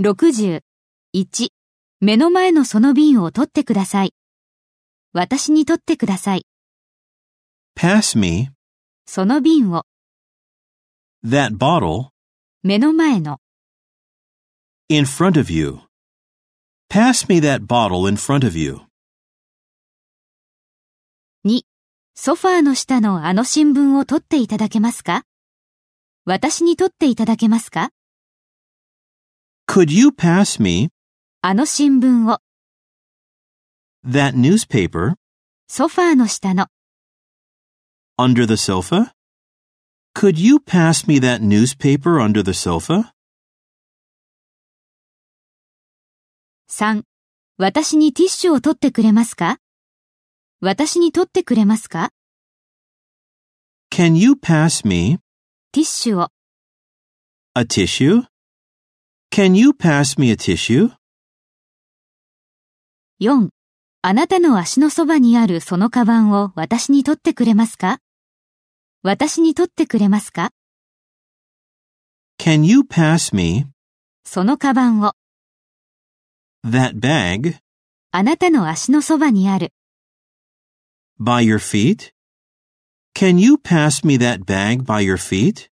60.1. 目の前のその瓶を取ってください。私に取ってください。 Pass me その瓶を that bottle 目の前の in front of you. Pass me that bottle in front of you. ソファーの下のあの新聞を取っていただけますか私に取っていただけますか Could you pass me あの新聞を that newspaper ソファーの下の under the sofa? Could you pass me that newspaper under the sofa? 3私にティッシュを取ってくれますか私に取ってくれますか Can you pass me ティッシュを a tissue? Can you pass me a tissue? 4あなたの足のそばにあるそのカバンを私に取ってくれますか私に取ってくれますか Can you pass me そのカバンを that bag あなたの足のそばにある by your feet? Can you pass me that bag by your feet?